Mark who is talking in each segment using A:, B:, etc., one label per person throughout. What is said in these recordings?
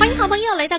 A: 欢迎好朋友来到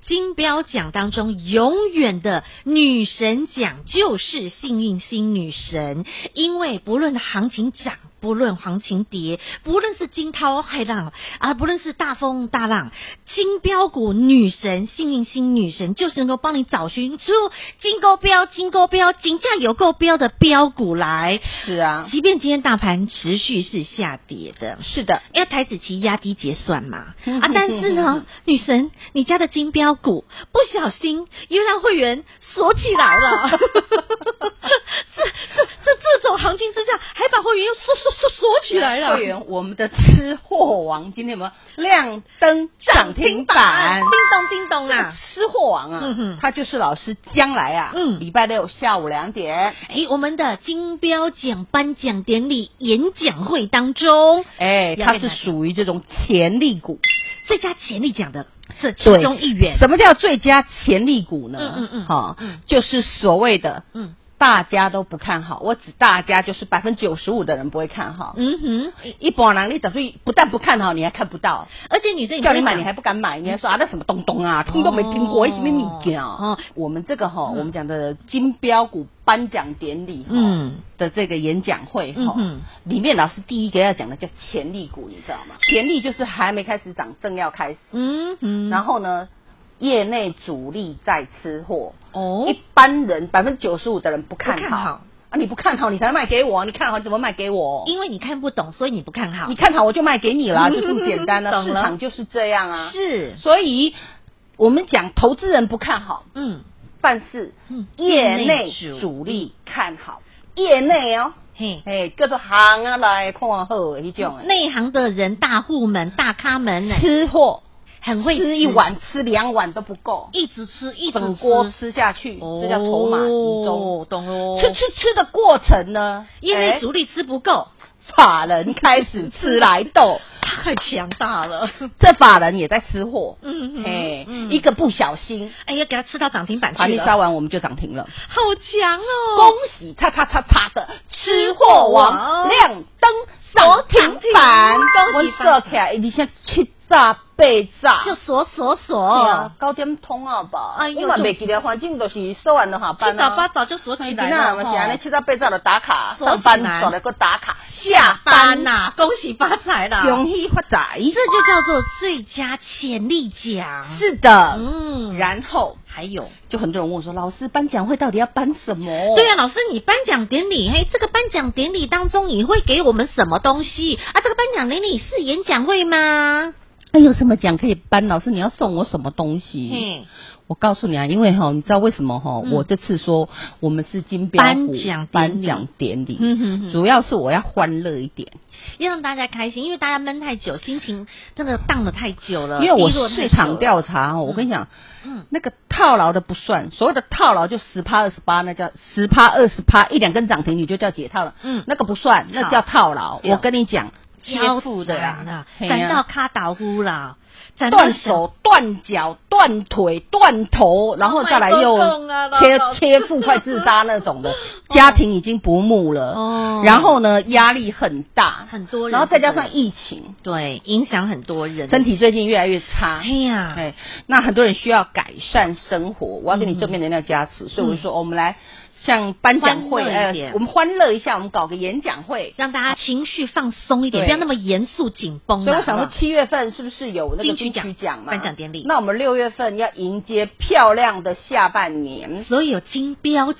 A: 金标奖当中永远的女神奖就是幸运星女神，因为不论行情涨，不论行情跌，不论是惊涛骇浪啊，不论是大风大浪，金标股女神幸运星女神就是能够帮你找寻出金钩标、金钩标、金价有够标的标股来。
B: 是啊，
A: 即便今天大盘持续是下跌的，
B: 是的，
A: 因为台子期压低结算 嘛，啊，但是呢，女神，你家的金标股不小心又让会员锁起来 了，这这这这种行情之下，还把会员又锁锁锁锁起来了，
B: 会员，我们的吃货王今天有没有亮灯涨停板？
A: 叮咚叮
B: 啊
A: 咚啊啦！
B: 吃货王
A: 嗯哼
B: 啊，他就是老师将来啊，
A: 嗯
B: 礼拜六下午两点，
A: 哎，我们的金标奖颁奖典礼演讲会当中，
B: 哎，
A: 要
B: 他
A: 给
B: 是
A: 大家
B: 属于这种潜力股，
A: 最佳潜力奖的这其
B: 对
A: 中一员，
B: 什么叫最佳潜力股呢？
A: 嗯嗯嗯
B: 好
A: 嗯，
B: 就是所谓的
A: 嗯
B: 大家都不看好，我指大家就是百分之九十五的人不会看好。
A: 嗯哼，
B: 一般人你等于不但不看好，你还看不到，
A: 而且女生也
B: 叫
A: 会嗯
B: 你买
A: 讲
B: 你还不敢买，你还说啊那什么东东啊，听都没听过，什么物件啊
A: 哦？
B: 我们这个哈，
A: 嗯
B: 我们讲的金标股颁奖典礼哈
A: 嗯
B: 的这个演讲会哈
A: 嗯哼，
B: 里面老师第一个要讲的叫潜力股，你知道吗？潜力就是还没开始涨，正要开始。
A: 嗯哼，
B: 然后呢，业内主力在吃货，
A: 哦
B: 一般人百分之九十五的人不看好
A: 不看好
B: 啊，你不看好你才卖给我，你看好你怎么卖给我？
A: 因为你看不懂，所以你不看好
B: 你。看好我就卖给你啦，就这么简单了。
A: 懂
B: 市
A: 了
B: 场就是这样啊，
A: 是，
B: 所以我们讲投资人不看好，
A: 嗯，
B: 但是
A: 嗯
B: 业内
A: 业内主
B: 主力看好，业内哦，
A: 嘿，
B: 哎，各种行啊来看好的那种的，
A: 内行的人、大户们、大咖们，哎
B: 吃货
A: 很会
B: 吃一，碗吃两碗都不够，
A: 一直吃，一直
B: 整锅
A: 吃。
B: 吃下去，
A: 哦
B: 这叫筹码集中。
A: 懂喽。
B: 吃吃吃的过程呢，
A: 业内
B: 哎
A: 主力吃不够，
B: 法人开始吃来斗，
A: 太强大 了。
B: 这法人也在吃货，
A: 嗯，
B: 哎、
A: 嗯
B: 一个不小心，
A: 哎呀，给他吃到涨停板
B: 把
A: 去
B: 你杀
A: 了，
B: 完我们就涨停了。
A: 好强
B: 恭
A: 哦！
B: 喜叉叉叉叉的吃货王亮灯涨停板，
A: 恭喜
B: 我做起来，你现在七炸八炸。
A: 就锁锁
B: 对
A: 锁
B: 啊，，九点通啊吧，
A: 哎呦
B: 我嘛袂记得，反正就是收完就下
A: 七
B: 班
A: 早八
B: 啊。
A: 早就锁起
B: 今
A: 来
B: 天啊，
A: 了
B: 嘛是安尼
A: 哦。
B: 七早八早就打卡，
A: 锁起来
B: 上班走了个打卡，啊
A: 下
B: 下
A: 班
B: 班
A: 呐，恭喜发财啦！
B: 恭喜发财。
A: 嗯这就叫做最佳潜力奖。，
B: 是的，
A: 嗯，
B: 然后
A: 还有，
B: 就很多人问我说，老师颁奖会到底要颁什么？
A: 对啊，老师，你颁奖典礼，嘿，这个颁奖典礼当中，你会给我们什么东西啊？这个颁奖典礼是演讲会吗？
B: 那有什么奖可以颁？老师，你要送我什么东西？
A: 嘿，
B: 我告诉你啊，因为哈，你知道为什么哈？
A: 嗯
B: 我这次说我们是金标
A: 颁
B: 股
A: 奖典礼
B: 颁奖典礼，
A: 嗯哼哼，
B: 主要是我要欢乐一点，
A: 要让大家开心，因为大家闷太久，心情真的荡了太久了，
B: 因为我
A: 低呃落太久
B: 市
A: 了
B: 场，调查哦，我跟你讲，
A: 嗯，
B: 那个套牢的不算，所谓的套牢就十趴二十八，那叫十趴二十趴，一两根涨停你就叫解套了，
A: 嗯
B: 那个不算，那叫套牢。
A: 对
B: 我跟你讲，
A: 交
B: 切腹的啦
A: 啊，
B: 嘿
A: 攒
B: 啊
A: 到卡倒屋啦，攒到
B: 断手、断脚、断腿、断头，然
A: ，Oh
B: 后再来又
A: 卖公公啊老
B: 切
A: 老
B: 切腹、快自杀那种的， 家庭已经不睦了。
A: 哦，
B: 然后呢，压力很大，
A: 很多人
B: 然后再加上疫情，
A: 对影响很多人
B: 身，体最近越来越差
A: 哎。呀，
B: 哎，那很多人需要改善生活，我要给
A: 嗯
B: 你正面能量加持，所以我就说，哦我们来像颁奖会，
A: 欢乐一点
B: 呃，我们欢乐一下，我们搞个演讲会。
A: 让大家情绪放松一点，
B: 对
A: 不要那么严肃紧绷啊。
B: 所以我想
A: 好
B: 说，
A: 不好
B: 七月份是不是有那个
A: 金曲奖
B: 金曲奖嘛？
A: 颁奖典礼
B: 那我们六月份要迎接漂亮的下半年，
A: 所以有金标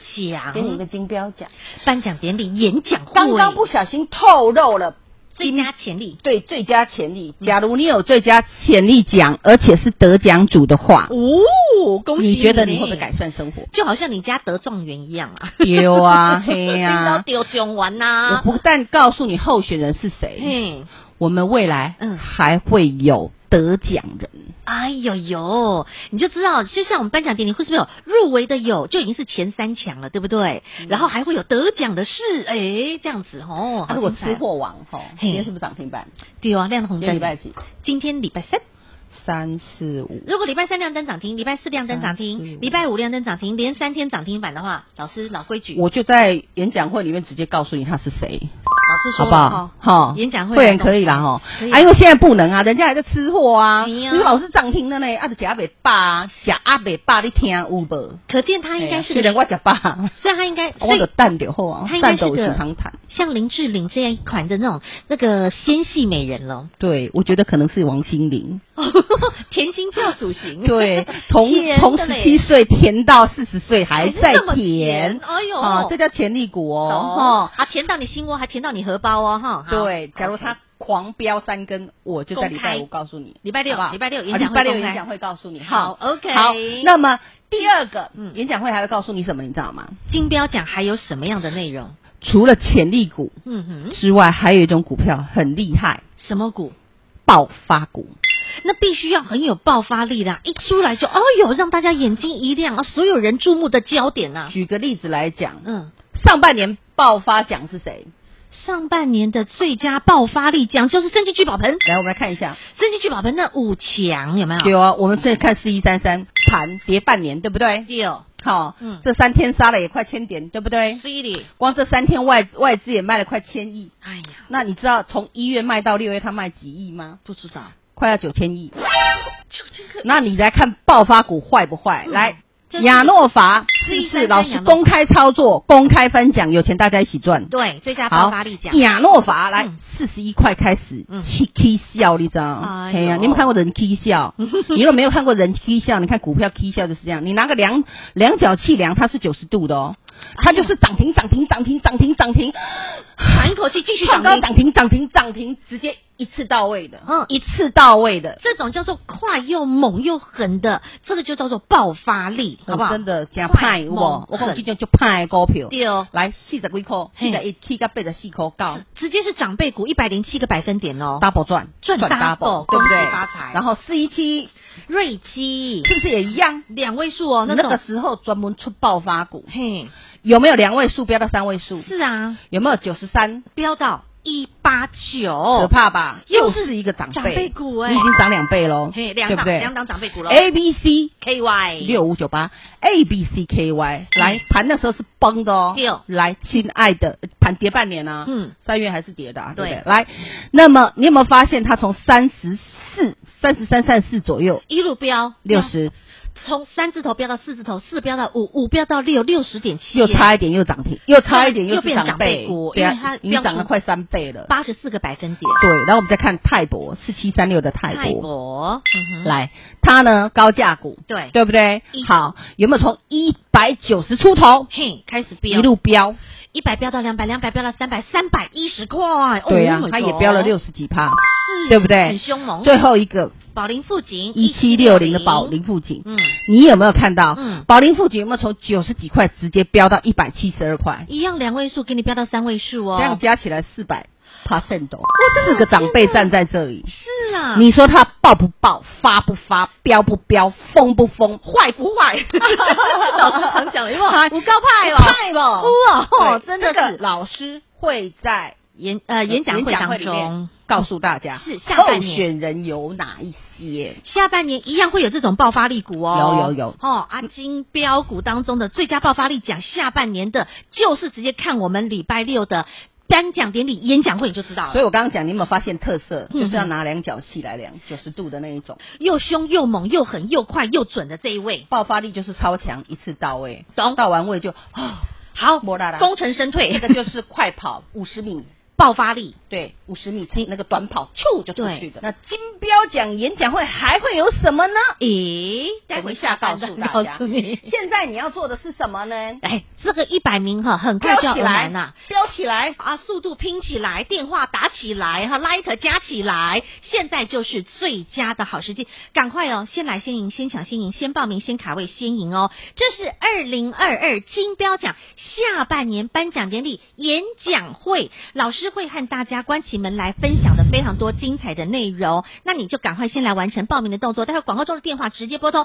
B: 给你一
A: 奖、
B: 个金标奖。
A: 颁奖典礼、演讲会，
B: 刚刚不小心透露了
A: 哦最佳嗯潜力。
B: 对最佳潜力，假如你有最佳潜力奖，而且是得奖组的话，
A: 哦，恭喜
B: 你觉得你会不会
A: 呢
B: 改善生活？
A: 就好像你家得状元一样啊，
B: 有 啊，嘿
A: 要
B: 呀、
A: 丢状元
B: 我
A: 呐，
B: 不但告诉你候选人是谁，
A: 啊嘿，
B: 我们未来
A: 嗯
B: 还会有得奖人。
A: 哎呦呦，你就知道，就像我们颁奖典礼会是不是有入围的有，就已经是前三强了，对不对？
B: 嗯
A: 然后还会有得奖的是，哎，这样子哦。
B: 啊
A: 好
B: 如果
A: 精彩
B: 吃货王吼，
A: 嘿
B: 今天是不是涨停板？
A: 对啊，亮红
B: 今天
A: 灯
B: 礼拜几？
A: 今天礼拜三，
B: 三四五。
A: 如果礼拜三亮灯涨停，礼拜四亮灯涨
B: 三四
A: 停，
B: 五
A: 礼拜五亮灯涨停，连三天涨停板的话，老师老规矩，
B: 我就在演讲会里面直接告诉你他是谁，
A: 老师说
B: 好不好
A: 了？
B: 好，
A: 演讲会啊
B: 会员可以啦，哈
A: 可以。
B: 啊，因为现在不能啊，人家还在吃货啊。
A: 哎
B: 你
A: 呀
B: 说老师涨停了呢，啊，就假北霸啊，假阿北霸，你听有无？
A: 可见他应
B: 哎
A: 该
B: 呀
A: 是
B: 虽然
A: 个，
B: 我假霸，
A: 虽然他应该， 所
B: 我
A: 以
B: 有蛋就好啊
A: 他，应该
B: 蛋
A: 是
B: 都有
A: 个
B: 金汤谈。
A: 像林志玲这样一款的那种那个纤细美人 了，
B: 对，我觉得可能是王 心凌。
A: 甜心教主型，
B: 对，从
A: 甜
B: 从
A: 的嘞哦
B: 十七岁甜到四十岁还在
A: 这么
B: 甜，
A: 哎呦，
B: 啊，这叫潜力股
A: 哦
B: 哦，
A: 啊，
B: 哈。
A: 甜到你心窝，还甜到你荷包哦，哈。好
B: 对，假如
A: OK
B: 它狂飙三根，我就在礼拜
A: 公
B: 五
A: 开
B: 告诉你，
A: 礼拜六
B: 好不好
A: 礼拜六
B: 啊
A: 演讲
B: 礼
A: 会
B: 拜六
A: 公开
B: 演讲会告诉你。
A: 好，OK
B: 好，那么第二个
A: 嗯
B: 演讲会还会告诉你什么，你知道吗？
A: 金标奖还有什么样的内容？
B: 除了潜力股
A: 嗯哼，
B: 之外，还有一种股票很厉害，
A: 什么股？
B: 爆发股。
A: 那必须要很有爆发力啦！一出来就哦哟，让大家眼睛一亮啊，所有人注目的焦点呐、
B: 举个例子来讲，
A: 嗯，
B: 上半年爆发奖是谁？
A: 上半年的最佳爆发力奖就是生技聚宝盆，
B: 来，我们来看一下。
A: 生技聚宝盆的五强有没有？
B: 有啊，我们现在看四一三三盘跌半年，对不对？
A: 六
B: 好，
A: 嗯
B: 这三天杀了也快千点，对不对？
A: C 里，
B: 光这三天外外资也卖了快千亿，
A: 哎呀，
B: 那你知道从一月卖到六月，它卖几亿吗？
A: 不知道，
B: 快要九千亿。那你来看爆发股坏不坏？
A: 嗯
B: 来，
A: 这是
B: 亚诺法
A: 是
B: 是
A: 一
B: 不
A: 三三
B: 是老
A: 亚
B: 师
A: 诺法
B: 公开操作、公开分享，有钱大家一起赚？
A: 对，最佳爆
B: 好
A: 发力，奖，
B: 亚诺法来
A: 嗯
B: 四十一块开始
A: 嗯，
B: 起 K 笑，你知道
A: 哎
B: 吗？
A: 呦
B: 哎呀，你有没有看过人 K 笑？你如果没有看过人 K 笑，你看股票 K 笑就是这样，你拿个量量角器量，它是九十度的哦，
A: 哎
B: 它就是涨停涨停涨停涨停涨停，
A: 喘一口气，继续
B: 创
A: 涨
B: 高
A: 停。
B: 涨停涨停涨停，直接一次到位的，
A: 嗯
B: 一次到位的，
A: 这种叫做快又猛又狠的，这个就叫做爆发力，好不好？
B: 哦我真的加
A: 快
B: 派
A: 猛
B: 我，我讲
A: 狠
B: 今天就派股票，
A: 对哦，
B: 来四十几块，
A: 嘿
B: 四十一起到八十四块高。
A: 直接是长辈股一百零七个百分点哦。
B: double 赚
A: 赚 double，
B: 对不对
A: 恭喜发财？
B: 然后四一七
A: 瑞基
B: 是不是也一样？
A: 两位数哦，那
B: 那
A: 种、
B: 个时候专门出爆发股，
A: 嘿，
B: 有没有两位数飙到三位数？
A: 是啊，
B: 有没有九十三？
A: 飙到一八
B: 可
A: 九，
B: 怕
A: 哦
B: 吧？
A: 又
B: 又
A: 是
B: 是一个涨
A: 长辈
B: 倍
A: 股哎
B: 你已经涨两倍喽，
A: 嘿，两
B: 对不
A: 档
B: 对
A: 两档长辈股喽
B: ？A B C
A: ，K Y
B: 六五九八 A B C K Y 来盘那时候是崩的哦
A: 嗯六，
B: 来，亲爱的，盘跌半年啊，
A: 嗯，
B: 三月还是跌的啊，对不
A: 对
B: 对？来，那么你有没有发现它从三十四、三十三、三十四左右，
A: 一路飙
B: 六，
A: 啊
B: 十
A: 从三字头飙到四字头，四飙到五，五飙到六，六十点七，
B: 又差一点又涨停，又差一点
A: 又
B: 又是
A: 变长
B: 涨
A: 辈
B: 倍
A: 股，
B: 对
A: 因为它
B: 啊，已经
A: 标
B: 涨了
A: 出
B: 快三倍了。
A: 八十四个百分点，
B: 对，然后我们再看泰博四七三六的泰
A: 泰
B: 博，
A: 博，嗯哼，
B: 来，它呢高价股，
A: 对，
B: 对不对
A: 一？
B: 好，有没有从一百九十出头
A: 嘿，开始
B: 一
A: 飙，
B: 路飙？
A: 一百飙到两百，两百飙到三百，三百一十块，
B: 对
A: 呀、
B: 呀、它也飙了六，十几趴。
A: 是
B: 对不对
A: 很凶猛。
B: 最后一个
A: 宝林富锦
B: 一七六零的宝，林富锦，
A: 嗯，
B: 你有没有看到？
A: 嗯
B: 宝林富锦有没有从九十几块直接飙到一百七十二块？
A: 一样两位数给你飙到三位数哦。
B: 这样加起来四百 percent 四个长辈站在这里，
A: 是啊，
B: 你说他爆不爆，发不发，飙不飙，疯不疯，坏不坏？
A: 老师常讲的，因为
B: 啊
A: 我高派哦，
B: 派不？
A: 哭哦，哦
B: 对
A: 真的
B: 这个
A: 是
B: 老师会在
A: 演呃演讲会当
B: 里面
A: 中。
B: 告诉大家，
A: 是下半
B: 候
A: 年
B: 选人有哪一些？
A: 下半年一样会有这种爆发力股哦，
B: 有有有
A: 哦啊！金标股当中的最佳爆发力奖，下半年的就是直接看我们礼拜六的颁奖典礼演讲会你就知道
B: 所
A: 了，
B: 以我刚刚讲，你有没有发现特色？
A: 啊嗯
B: 就是要拿量角器来量九十度的那一种，
A: 又凶又猛又狠又快又准的这一位，
B: 爆发力就是超强，一次到位，
A: 懂
B: 到完位就啊，
A: 好，
B: 莫大啦
A: 功成身退
B: 这，个就是快跑五十米，
A: 爆发力。
B: 对，五十米乘那个短跑，咻就出去
A: 对
B: 的。那金标奖演讲会还会有什么 呢？
A: 咦，
B: 等一下告诉大
A: 告
B: 家
A: 诉你，
B: 现在你要做的是什么呢？
A: 哎，这个一百名哈，很快
B: 标
A: 就要
B: 起
A: 额
B: 来
A: 满了。
B: 标起来，
A: 啊，速度拼起来，电话打起来，哈，Light 加起来，现在就是最佳的好时机，赶快哦，先来先赢，先抢先赢，先报名先卡位先赢哦！这是二零二二金标奖下半年颁奖典礼演讲会，老师会和大家关起门来分享的非常多精彩的内容，那你就赶快先来完成报名的动作，待会广告中的电话直接拨通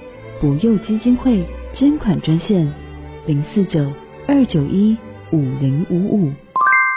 C: 博幼基金会捐款专线：零四九二九一五零五五。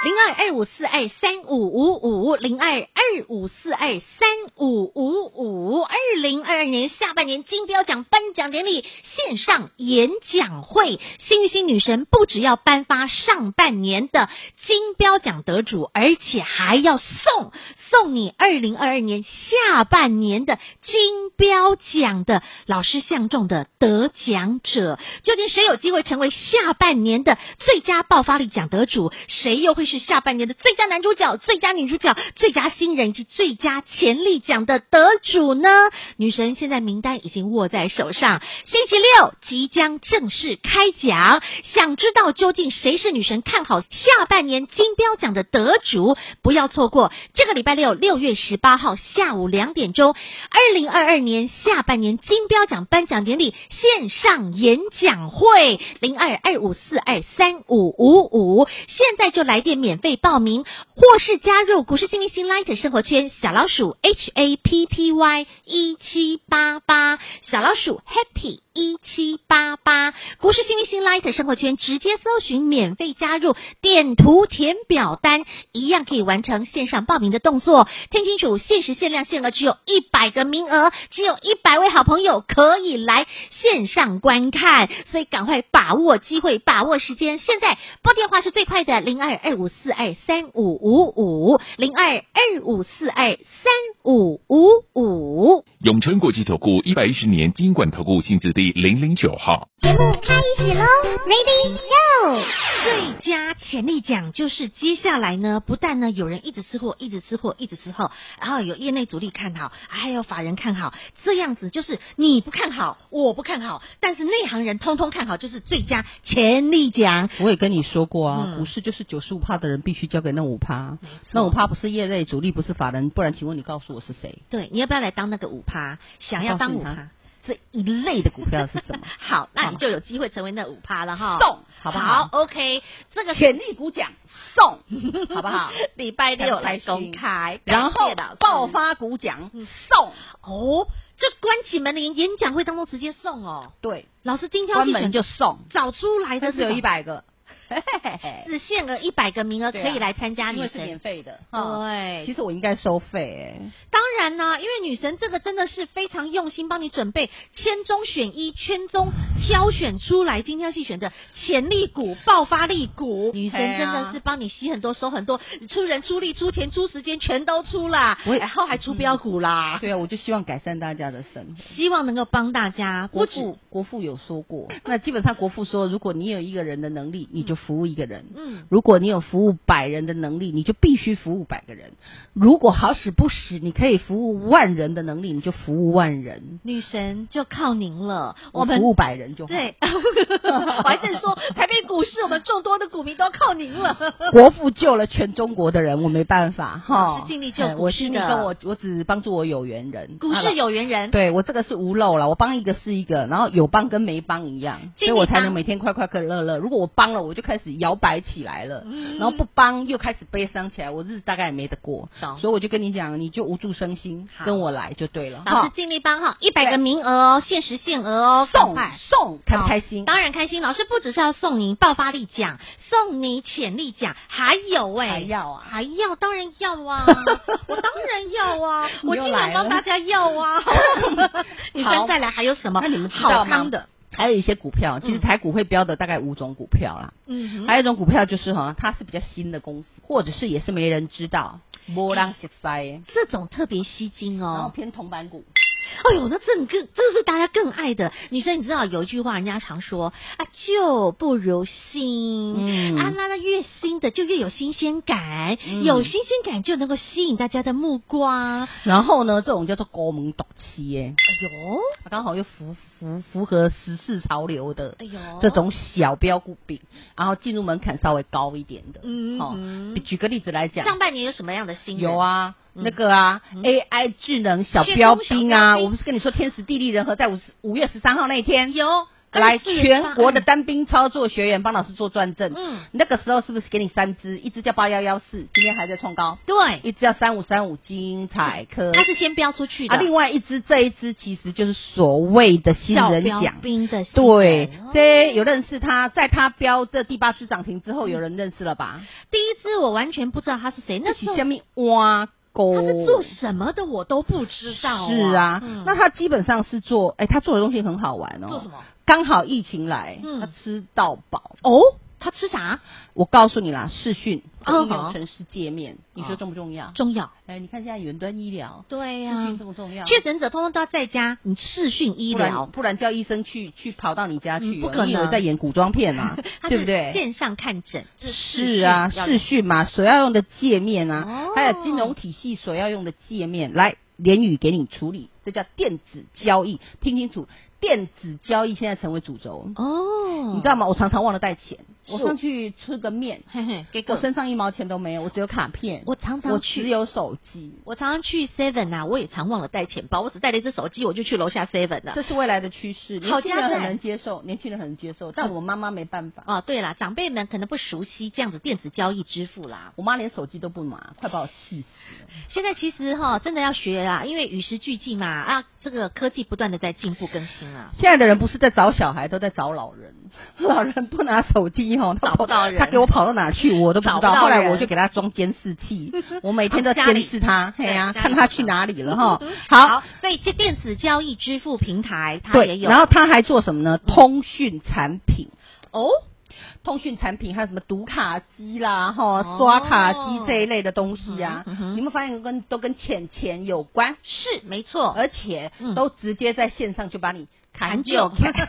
A: 零二二五四二三五五五，零二二五四二三五五五，二零二二年下半年金标奖颁奖典礼线上演讲会，幸运星女神不只要颁发上半年的金标奖得主，而且还要送送你二零二二年下半年的金标奖的老师相中的得奖者，究竟谁有机会成为下半年的最佳爆发力奖得主？谁又会是下半年的最佳男主角、最佳女主角、最佳新人以及最佳潜力奖的得主呢？女神现在名单已经握在手上，星期六即将正式开奖。想知道究竟谁是女神看好下半年金标奖的得主？不要错过这个礼拜六六月十八号下午两点钟，二零二二年下半年金标奖颁奖典礼线上演讲会，零二二五四二三五五五，现在就来电免费报名，或是加入股市新明星 Light 生活圈小老鼠 H A P P Y 一七八八，小老鼠 Happy 一七八八，股市新明星 Light 生活圈直接搜寻免费加入，点图填表单，一样可以完成线上报名的动作。听清楚，限时限量限额只有一百个名额，只有一百位好朋友可以来线上观看，所以赶快把握机会，把握时间。现在拨电话是最快的，零二二五四二三五五五，零二二五四二三五五五。
D: 永诚国际投顾一百一十年金管投顾性质第零零九号，
A: 最佳潜力奖就是接下来呢，不但呢有人一直吃货，一直吃货，一直吃货，然后有业内主力看好，还有法人看好，这样子就是你不看好，我不看好，但是内行人通通看好，就是最佳潜力奖。
B: 我也跟你说过啊，
A: 嗯
B: 股市就是九十五趴的人必须交给那五趴，那五趴不是业内主力，不是法人，不然请问你告诉我是谁？
A: 对，你要不要来当那个五趴？想要当五趴？
B: 这一类的股票是什么？
A: 好，那你就有机会成为那五趴了哈。
B: 送，好不好？
A: ？OK，这个
B: 潜力股奖 送，好不好？
A: 礼拜六来
B: 开不开
A: 公
B: 心
A: 开，
B: 然
A: 感
B: 后
A: 谢老师
B: 爆发股奖
A: 嗯
B: 送，
A: 哦，这关起门铃演讲会当中直接送哦。
B: 对，
A: 老师精挑
B: 关
A: 细
B: 门
A: 选，
B: 就送，
A: 找出来的
B: 这
A: 这
B: 只有
A: 种
B: 一，百 个，嘿嘿嘿
A: 只限额一百个名额可
B: 对啊
A: 以来参加
B: 因
A: 女
B: 为是免
A: 神。
B: 费的，哈。
A: 对，
B: 其实我应该收费，哎，
A: 当然啦、因为女神这个真的是非常用心帮你准备，千中选一，圈中挑选出来精挑细选的潜力股、爆发力股，女神
B: 对
A: 真
B: 啊
A: 的是帮你吸很多、收很多，出人、出力、出钱、出时间，全都出啦，
B: 我也
A: 然后还出标股啦。
B: 对啊，我就希望改善大家的生活。
A: 希望能够帮大家，
B: 国
A: 不止
B: 父国父有说过，那基本上国父说，如果你有一个人的能力，你就服务一个人；
A: 嗯，
B: 如果你有服务百人的能力，你就必须服务百个人；如果好死不死，你可以服务万人的能力，你就服务万人。
A: 女神就靠您了，我
B: 我
A: 们
B: 服务百人就好。
A: 对， 我还是说台北股市，我们众多的股民都要靠您 了。
B: 国父救了全中国的人，我没办法
A: 老
B: 哈。
A: 师尽力救
B: 哎
A: 股
B: 我
A: 市
B: 尽力
A: 的
B: 跟我我只帮助我有缘人。
A: 股
B: 啊
A: 市、有缘人，
B: 对我这个是无漏了，我帮一个是一个，然后有帮跟没帮一样，所
A: 尽力
B: 以我才
A: 帮
B: 能每天快快乐乐。如果我帮了，我就开始摇摆起来了，
A: 嗯
B: 然后不帮又开始悲伤起来，我日子大概也没得过
A: 懂，
B: 所以我就跟你讲，你就无助身心，
A: 好
B: 跟我来就对了，
A: 老师
B: 哈，
A: 尽力帮哈，一百个名额哦，限时限额哦，赶
B: 送
A: 快
B: 送开不开心？
A: 当然开心，老师不只是要送你爆发力奖，送你潜力奖，还有哎、
B: 还要啊
A: 还要，当然要 啊，我当然要啊，
B: 你
A: 我
B: 又
A: 尽
B: 来
A: 量帮
B: 了
A: 大家要啊。 女生再来还有什么？
B: 那你们知
A: 好
B: 道吗
A: 康的，
B: 还有一些股票，其实
A: 嗯
B: 台股会标的大概五种股票啦，
A: 嗯
B: 还有一种股票就是哈，它是比较新的公司，或者是也是没人知道，没人识塞，
A: 这种特别吸睛
B: 然后
A: 嗯哦，
B: 偏铜板股，
A: 哎呦，那这你更这是大家更爱的女生，你知道有一句话，人家常说啊，旧不如新，
B: 嗯
A: 啊，那那越新的就越有新鲜感，
B: 嗯
A: 有新鲜感就能够吸引大家的目光。
B: 然后呢，这种叫做高门独期耶，
A: 哎呦，
B: 刚好又符符符合时事潮流的
A: 哎呦，
B: 这种小标股饼，然后进入门槛稍微高一点的，
A: 嗯
B: 哦，举个例子来讲，
A: 上半年有什么样的新人
B: 有，啊，
A: 嗯
B: 那个啊、
A: 嗯
B: a i 智能小
A: 旋
B: 标
A: 风小
B: 兵
A: 标
B: 啊，
A: 兵
B: 我不是跟你说天时地利人和，在五十五月十三号那一天
A: 有
B: 来
A: 24
B: 全国的单兵操作学员帮老师做转正，
A: 嗯
B: 那个时候是不是给你三只，一只叫八幺幺四，今天还在创高，
A: 对，
B: 一只叫三五三五精彩科，
A: 他是先标出去的，
B: 啊，另外一只这一只其实就是所谓的新
A: 小
B: 人
A: 标哦
B: 奖。
A: 兵的新
B: 对
A: 人哦，
B: 这有认识他，在他标这第八次涨停之后，有人认识了吧？
A: 第一支我完全不知道他是谁，那
B: 那
A: 时候
B: 是下面挖沟，
A: 他是做什么的我都不知道、
B: 是啊，
A: 嗯
B: 那他基本上是做，哎、他做的东西很好玩哦。
A: 做什？么？
B: 刚好疫情来，
A: 嗯
B: 他吃到饱。
A: 哦，他吃啥？
B: 我告诉你啦，视讯
A: 哦
B: 应用城市界面，你说重不重要？
A: 中药。
B: 哎、你看现在远端医疗，
A: 嗯对啊
B: 视讯重不重要？
A: 确诊者通通都要在家，你视讯医
B: 不
A: 疗
B: 然。不然叫医生去去跑到你家去哦、
A: 嗯不可能
B: 你以为在演古装片啊
A: 它，是
B: 对不对？
A: 线上看诊，这视
B: 是
A: 讯
B: 啊，
A: 要
B: 视讯嘛，所要用的界面啊
A: 哦，
B: 还有金融体系所要用的界面，来联宇给你处理，这叫电子交易。听清楚，电子交易现在成为主轴。
A: 哦，
B: 你知道吗？我常常忘了带钱，
A: 是
B: 我上去吃个面，
A: 嘿嘿，给
B: 我
A: 个。
B: 身上一毛钱都没有，我只有卡片，
A: 我常
B: 我
A: 常
B: 只
A: 去，
B: 有手机，
A: 我常常去 Seven 啊，我也常忘了带钱包，我只带了一只手机，我就去楼下 Seven 了。
B: 这是未来的趋势。
A: 好
B: 年轻人
A: 家在
B: 很能接受，年轻人很能接受，但我妈妈没办法，
A: 哦，对啦，长辈们可能不熟悉这样子电子交易支付啦。
B: 我妈连手机都不拿，快把我气死了。
A: 现在其实哈、真的要学啦，因为与时俱进嘛，啊，这个科技不断的在进步更新啊。
B: 现在的人不是在找小孩，都在找老 人。老人不拿手机哦，他
A: 找不到人
B: 他给我跑到哪去，我都不知
A: 找
B: 道。
A: 不到
B: 后来
A: 人
B: 我就给他装监 视器，我每天都
A: 家里
B: 监视他，嘿呀、
A: 对家里
B: 看他去哪里 了哈。
A: 好，所以这电子交易支付平台它也
B: 对，
A: 有，嗯
B: 然后他还做什么呢？通讯产品。
A: 哦，
B: 通讯产品还有什么读卡机啦、哈
A: 哦
B: 刷卡机这一类的东西啊，
A: 嗯哼嗯哼
B: 你有没有发现跟都跟钱钱有关？
A: 是没错，
B: 而且
A: 嗯
B: 都直接在线上就把你砍
A: 就
B: 就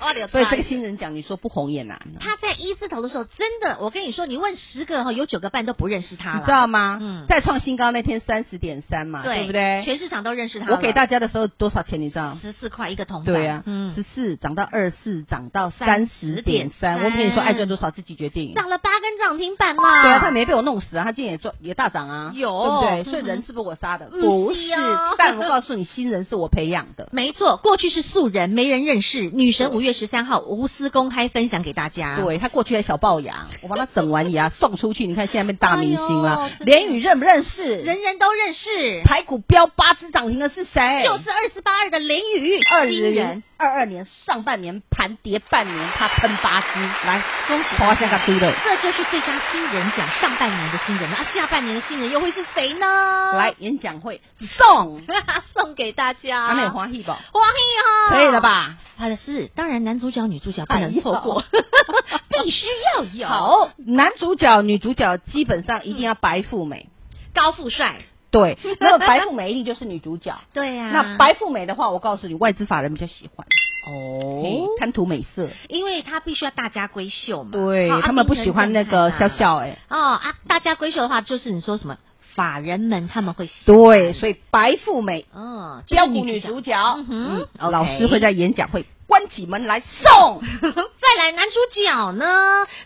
A: 我的天
B: 所以这个新人奖，你说不红也难啊、
A: 他在一字头的时候，真的，我跟你说，你问十个哈，哦有九个半都不认识他
B: 你
A: 了，
B: 知道吗？
A: 嗯
B: 再创新高那天三十点三嘛，对
A: 对
B: 不对？
A: 全市场都认识他了。
B: 我给大家的时候多少钱？你知道？
A: 十四块一个铜板，
B: 对啊，十
A: 嗯，
B: 四涨到二四，涨到三十点三。
A: 30.3
B: 我跟你说，爱赚多少自己决定。
A: 涨了八根涨停板啦。
B: 对啊，他没被我弄死啊，他今天也赚也大涨啊，
A: 有
B: 对
A: 嗯
B: 不对？所以人是不是我杀的？
A: 嗯
B: 不
A: 是
B: 是
A: 哦，
B: 但我告诉你，新人是我培养的。
A: 没错，过去是素人，没人认识。女神五月十三号无私公开分享给大家。，
B: 对他过去还小龅牙，我帮他整完牙送出去，你看现在变大明
A: 哎
B: 星了
A: 呦。真的
B: 连宇认不认识？
A: 人人都认识，
B: 台股标八只涨停的是谁？
A: 就是二四八二的林宇，
B: 二
A: 新人
B: 零，二二年上半年盘跌半年，他喷八只，来
A: 恭喜
B: 华夏大追的。
A: 这就是最佳新人奖，上半年的新人，那下半年的新人又会是谁呢？
B: 来演讲会送，
A: 送给大家，
B: 阿美华喜宝，
A: 黄奕哦，
B: 啊可以了？吧？
A: 他的是，当然男主角、女主角不
B: 哎
A: 能
B: 呦
A: 错 过，必须要有
B: 好，男主角、女主角基本上一定要白富美，
A: 高富帅，
B: 对，那么白富美一定就是女主 角。
A: 对呀、
B: 那白富美的话，我告诉你，外资法人比较喜欢，
A: 哦
B: 嘿，贪图美色，
A: 因为他必须要大家闺秀嘛，
B: 对
A: 好啊
B: 他们不喜欢那个
A: 竞争
B: 笑
A: 正
B: 笑，哎，
A: 常啊哦啊，大家闺秀的话就是你说什么法人们他们会喜欢
B: 对，所以白富美
A: 嗯，就是
B: 标股女主角
A: 嗯，哼
B: 嗯老
A: OK
B: 师会在演讲会关起门 来送。
A: 再来男主角呢？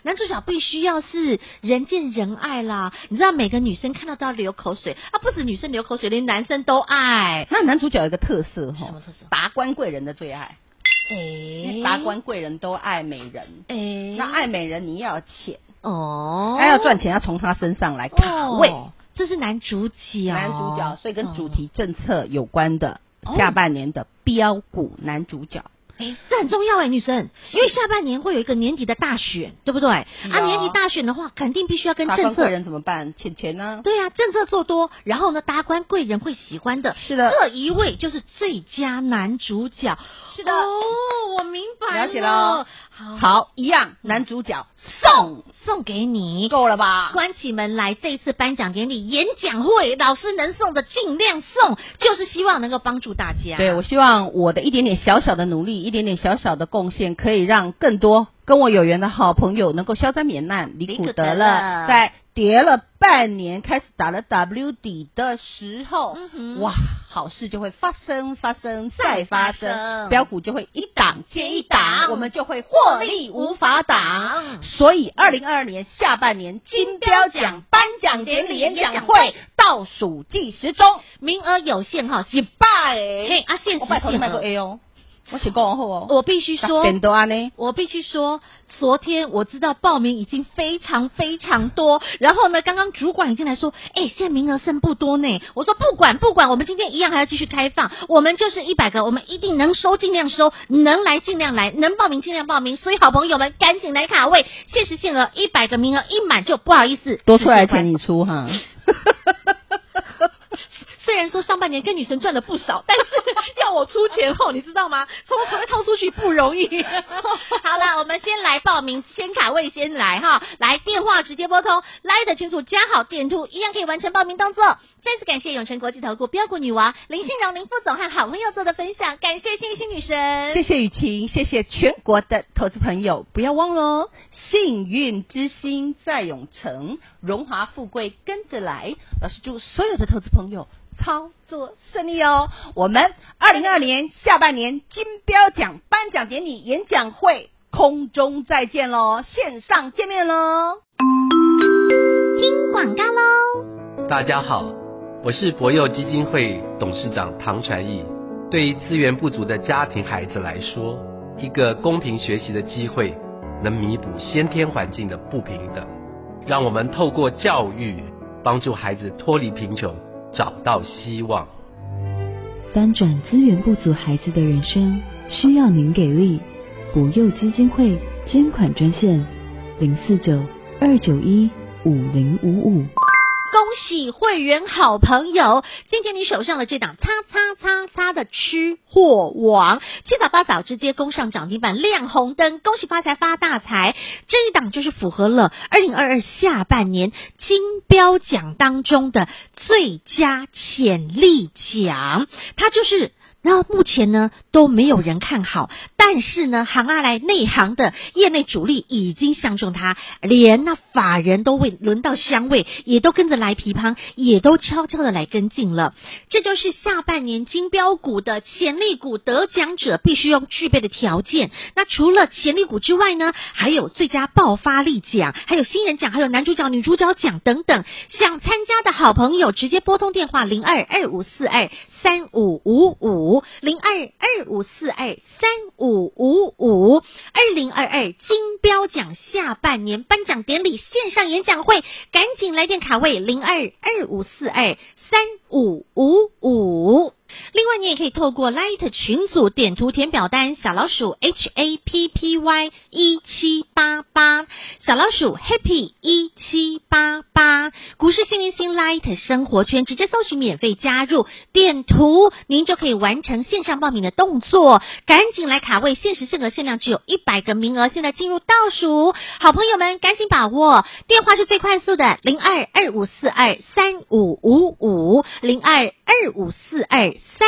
A: 男主角必须要是人见人爱啦。你知道每个女生看到都要流口水啊，不止女生流口水，连男生都爱。
B: 那男主角有一个特色哈，
A: 什么特色
B: 达官贵人的最爱。因为达官贵人都爱美人，
A: 哎，
B: 那爱美人你要有钱，
A: 哦，
B: 他要赚钱要从他身上来卡位。
A: 哦，这是男主角，
B: 男主角，所以跟主
A: 哦，
B: 题政策有关的
A: 哦
B: 下半年的标股男主角。
A: 哎，这很重要哎，女生，因为下半年会有一个年底的大选，对不对？啊，
B: 是哦
A: 年底大选的话，肯定必须要跟
B: 达官
A: 政
B: 贵
A: 策。
B: 人怎么办？钱钱呢？
A: 对啊，政策做多，然后呢，达官贵人会喜欢的。
B: 是的
A: 这一位就是最佳男主角。
B: 是的
A: 哦，我明白
B: 了解了。
A: 好，
B: 好，
A: 嗯
B: 一样，男主角送
A: 送给你。
B: 够了吧？
A: 关起门来，这一次颁奖典礼演讲会，老师能送的尽量送，就是希望能够帮助大家。
B: 对，我希望我的一点点小小的努力，一点点小小的贡献，可以让更多跟我有缘的好朋友能够消灾免难。
A: 离
B: 离
A: 苦
B: 苦
A: 得
B: 得
A: 乐
B: 乐，在跌了半年，开始打了 W 底的时候，
A: 嗯哼
B: 哇，好事就会发生，发生
A: 再
B: 再
A: 发
B: 发
A: 生
B: 生，标股就会一档接一档，
A: 我
B: 嗯我
A: 们
B: 们就会获利无法挡。所以，二零二二年下半年金标奖颁奖典礼演讲会倒数计时中，
A: 名额有限哈，
B: 一百个
A: 嘿啊，限时
B: 哎我拜托
A: 限
B: 你买个
A: 额。
B: A 哦，我请过后哦。
A: 我必须说，
B: 点多安 呢？
A: 我必须说，昨天我知道报名已经非常非常多，然后呢，刚刚主管已经来说，哎、现在名额剩不多呢。我说不管不管，我们今天一样还要继续开放，我们就是一百个，我们一定能收尽量收，能来尽量来，能报名尽量报名。所以好朋友们赶紧来卡位，限时限额一百个名额一满就不好意思，
B: 多出来的
A: 自己关
B: 钱你出哈。
A: 虽然说上半年跟女神赚了不少，但是要我出钱后，你知道 吗？从口袋掏出去不容易。 好了，我们先来报名，先卡位先来哈，来电话直接拨通，来的群主加好点兔，一样可以完成报名动作。再次感谢永诚国际投顾标股女王林信荣林副总和好朋友做的分享，感谢幸运星女神，
B: 谢谢雨晴，谢谢全国的投资朋友，不要忘了哦，幸运之星在永城，荣华富贵跟着来。老师祝所有的投资朋友操作顺利哦！我们二零二年下半年金标奖颁奖典礼演讲会空中再见喽，线上见面喽！
A: 听广告喽。
E: 大家好，我是博幼基金会董事长唐传义。对于资源不足的家庭孩子来说，一个公平学习的机会，能弥补先天环境的不平等。让我们透过教育，帮助孩子脱离贫穷，找到希望。
C: 翻转资源不足孩子的人生，需要您给力。博幼基金会捐款专线：零四九二九一五零五五。
A: 恭喜会员好朋友，今天你手上的这档叉叉叉叉的吃货王，七早八早直接攻上涨停板，亮红灯，恭喜发财发大财！这一档就是符合了二零二二下半年金标奖当中的最佳潜力奖，它就是。那目前呢都没有人看好，但是呢，行阿来内行的业内主力已经相中他，连那法人都会轮到香味，也都跟着来皮乓，也都悄悄的来跟进了。这就是下半年金标股的潜力股得奖者必须用具备的条件。那除了潜力股之外呢，还有最佳爆发力奖，还有新人奖，还有男主角、女主角奖等等。想参加的好朋友直接拨通电话零二二五四二三五五五零二二五四二三五五五二零二二金标奖下半年颁奖典礼线上演讲会，赶紧来电卡位零二二五四二三五五五。另外，你也可以透过 Light 群组点图填表单，小老鼠 H A P P Y 一七八八，小老鼠 Happy 一七八八，股市幸运星 Light 生活圈直接搜寻免费加入，点图您就可以完成线上报名的动作，赶紧来卡位，限时限额限量只有一百个名额，现在进入倒数，好朋友们赶紧把握，电话是最快速的零二二五四二三五五五零二二五四二三